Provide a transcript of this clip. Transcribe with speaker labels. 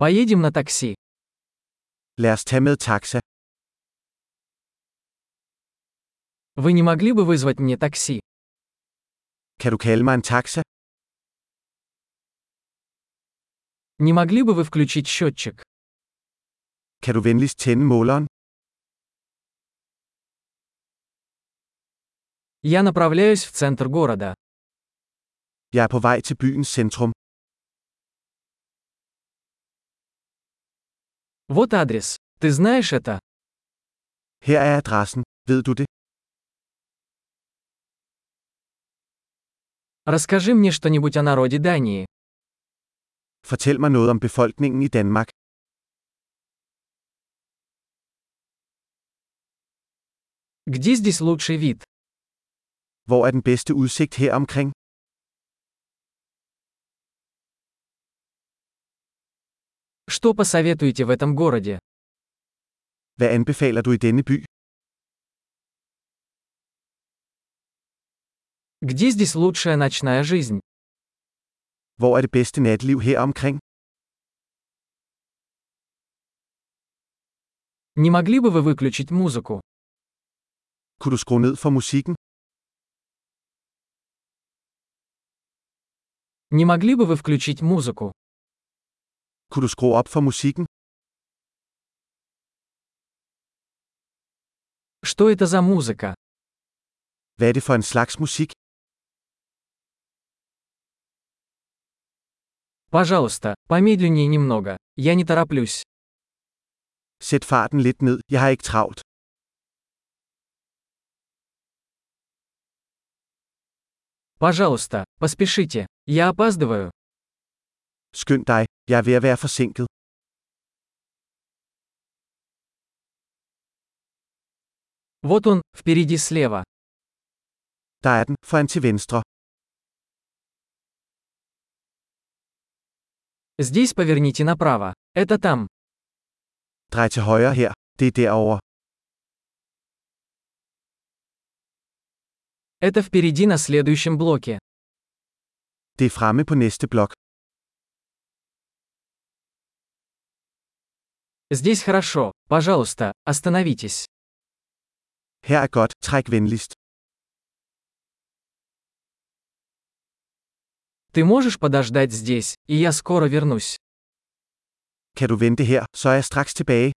Speaker 1: Поедем на такси.
Speaker 2: Lad os tage med taxa.
Speaker 1: Вы не могли бы вызвать мне такси?
Speaker 2: Kan du kalde mig en taxa?
Speaker 1: Не могли бы вы включить счетчик?
Speaker 2: Kan du venligst tænde måleren?
Speaker 1: Я направляюсь в центр города.
Speaker 2: Jeg er på vej til byens centrum.
Speaker 1: Вот адрес. Ты знаешь это?
Speaker 2: Her er adressen. Ved du det?
Speaker 1: Расскажи мне что-нибудь о народе Дании.
Speaker 2: Fortæl mig noget om befolkningen i Danmark.
Speaker 1: Где здесь лучший вид?
Speaker 2: Hvor er den bedste udsigt her omkring?
Speaker 1: Что посоветуете в этом городе?
Speaker 2: Hvad anbefaler du i denne by?
Speaker 1: Где здесь лучшая ночная жизнь?
Speaker 2: Hvor er det bedste natliv her omkring?
Speaker 1: Не могли бы вы выключить музыку?
Speaker 2: Kunne du skrue ned for musikken?
Speaker 1: Не могли бы вы включить музыку?
Speaker 2: Kunne du skrue op for musikken?
Speaker 1: Что это за музыка?
Speaker 2: Hvad er det for en slags musik?
Speaker 1: Пожалуйста, помедленнее немного. Я не тороплюсь.
Speaker 2: Sæt farten lidt ned, jeg har ikke travlt.
Speaker 1: Пожалуйста, поспешите. Я опаздываю.
Speaker 2: Skynd dig, jeg er ved at være forsinket.
Speaker 1: Вот он, впереди слева.
Speaker 2: Der er den, foran til venstre.
Speaker 1: Здесь поверните направо. Это там.
Speaker 2: Drej til højre her, det er derovre.
Speaker 1: Это впереди на следующем блоке.
Speaker 2: Det er fremme på næste blok.
Speaker 1: Здесь хорошо. Пожалуйста, остановитесь.
Speaker 2: Her er godt, træk venligst.
Speaker 1: Ты можешь подождать здесь, и я скоро вернусь.
Speaker 2: Kan du vente her, så er jeg straks tilbage.